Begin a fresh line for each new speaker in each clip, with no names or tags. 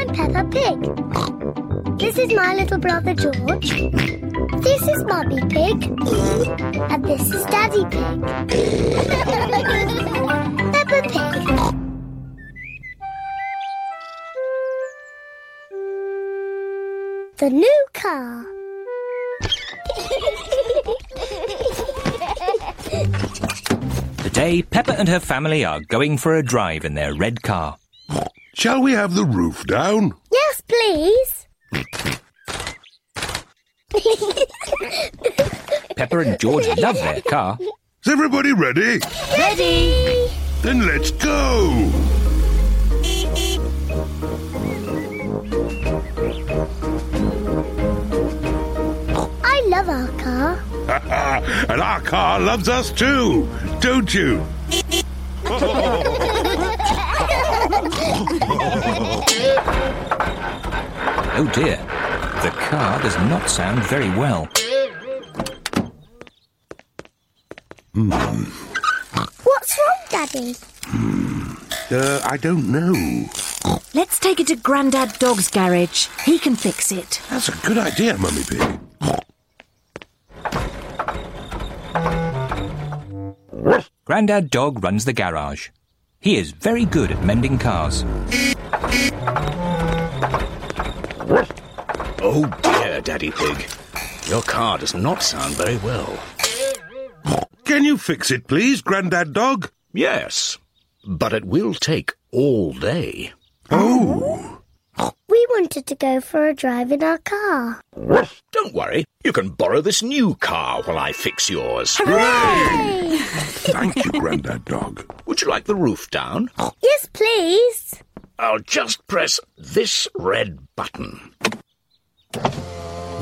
Pig. This is my little brother George. This is Mummy Pig. And this is Daddy Pig. Peppa Pig. The new car.
Today, Peppa and her family are going for a drive in their red car.
Shall we have the roof down?
Yes, please.
Peppa and George love their car.
Is everybody ready?
Ready.
Then let's go!
I love our car.
Ah, and our car loves us too, don't you?
Oh dear, the car does not sound very well.
What's wrong, Daddy?
Uh, I don't know.
Let's take it to Grandad Dog's garage. He can fix it.
That's a good idea, Mummy Pig.
Grandad Dog runs the garage. He is very good at mending cars.
Oh dear, Daddy Pig. Your car does not sound very well.
Can you fix it, please, Grandad Dog?
Yes, but it will take all day.
Oh,
We wanted to go for a drive in our car.
Don't worry, you can borrow this new car while I fix yours.
thank you, Grandad Dog.
Would you like the roof down?
Yes, please.
I'll just press this red button.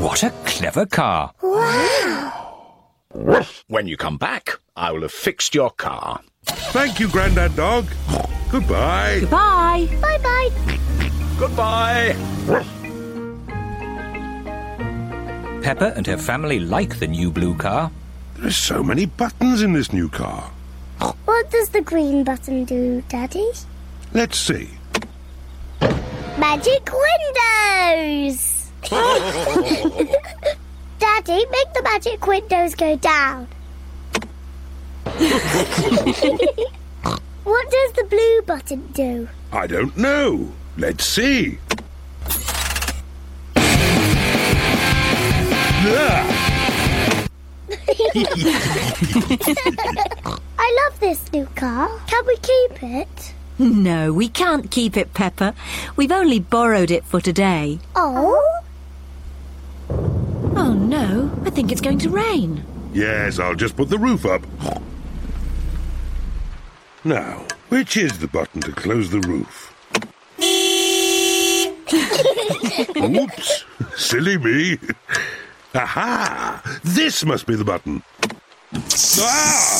What a clever car!
When you come back, I will have fixed your car.
Thank you, Grandad Dog. Goodbye.
Goodbye.
Bye bye.
Goodbye.
Peppa and her family like the new blue car.
There's so many buttons in this new car.
What does the green button do, Daddy?
Let's see.
Magic windows! Daddy, make the magic windows go down. what does the blue button do?
I don't know. Let's see. Ah,
I love this new car. Can we keep it?
No, we can't keep it, Pepper. We've only borrowed it for today.
Oh,
Oh no, I think it's going to rain.
Yes, I'll just put the roof up. Now, which is the button to close the roof? Oops, silly me. Aha! This must be the button. Ah!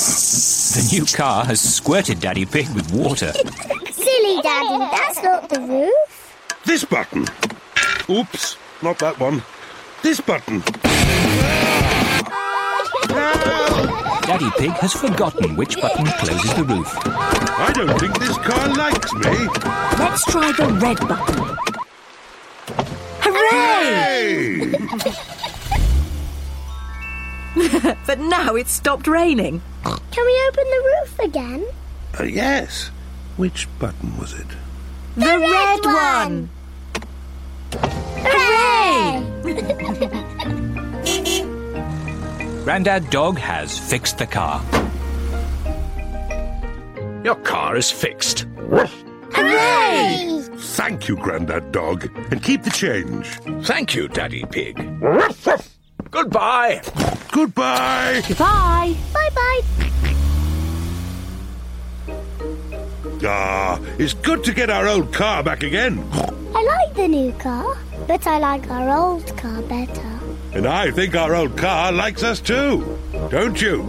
The new car has squirted Daddy Pig with water.
silly Daddy, that's not the roof.
This button. Oops, not that one. This button.
Daddy Pig has forgotten which button closes the roof.
I don't think this car likes me.
Let's try the red button. Hooray!
Hey!
But now it's stopped raining.
Can we open the roof again?
Uh, yes. Which button was it?
The, red, one.
Hooray!
Grandad Dog has fixed the car.
Your car is fixed.
Hooray!
Thank you, Grandad Dog. And keep the change.
Thank you, Daddy Pig. Goodbye.
Goodbye.
Goodbye.
Bye bye.
Ah, it's good to get our old car back again.
I like the new car, but I like our old car better.
And I think our old car likes us too. Don't you?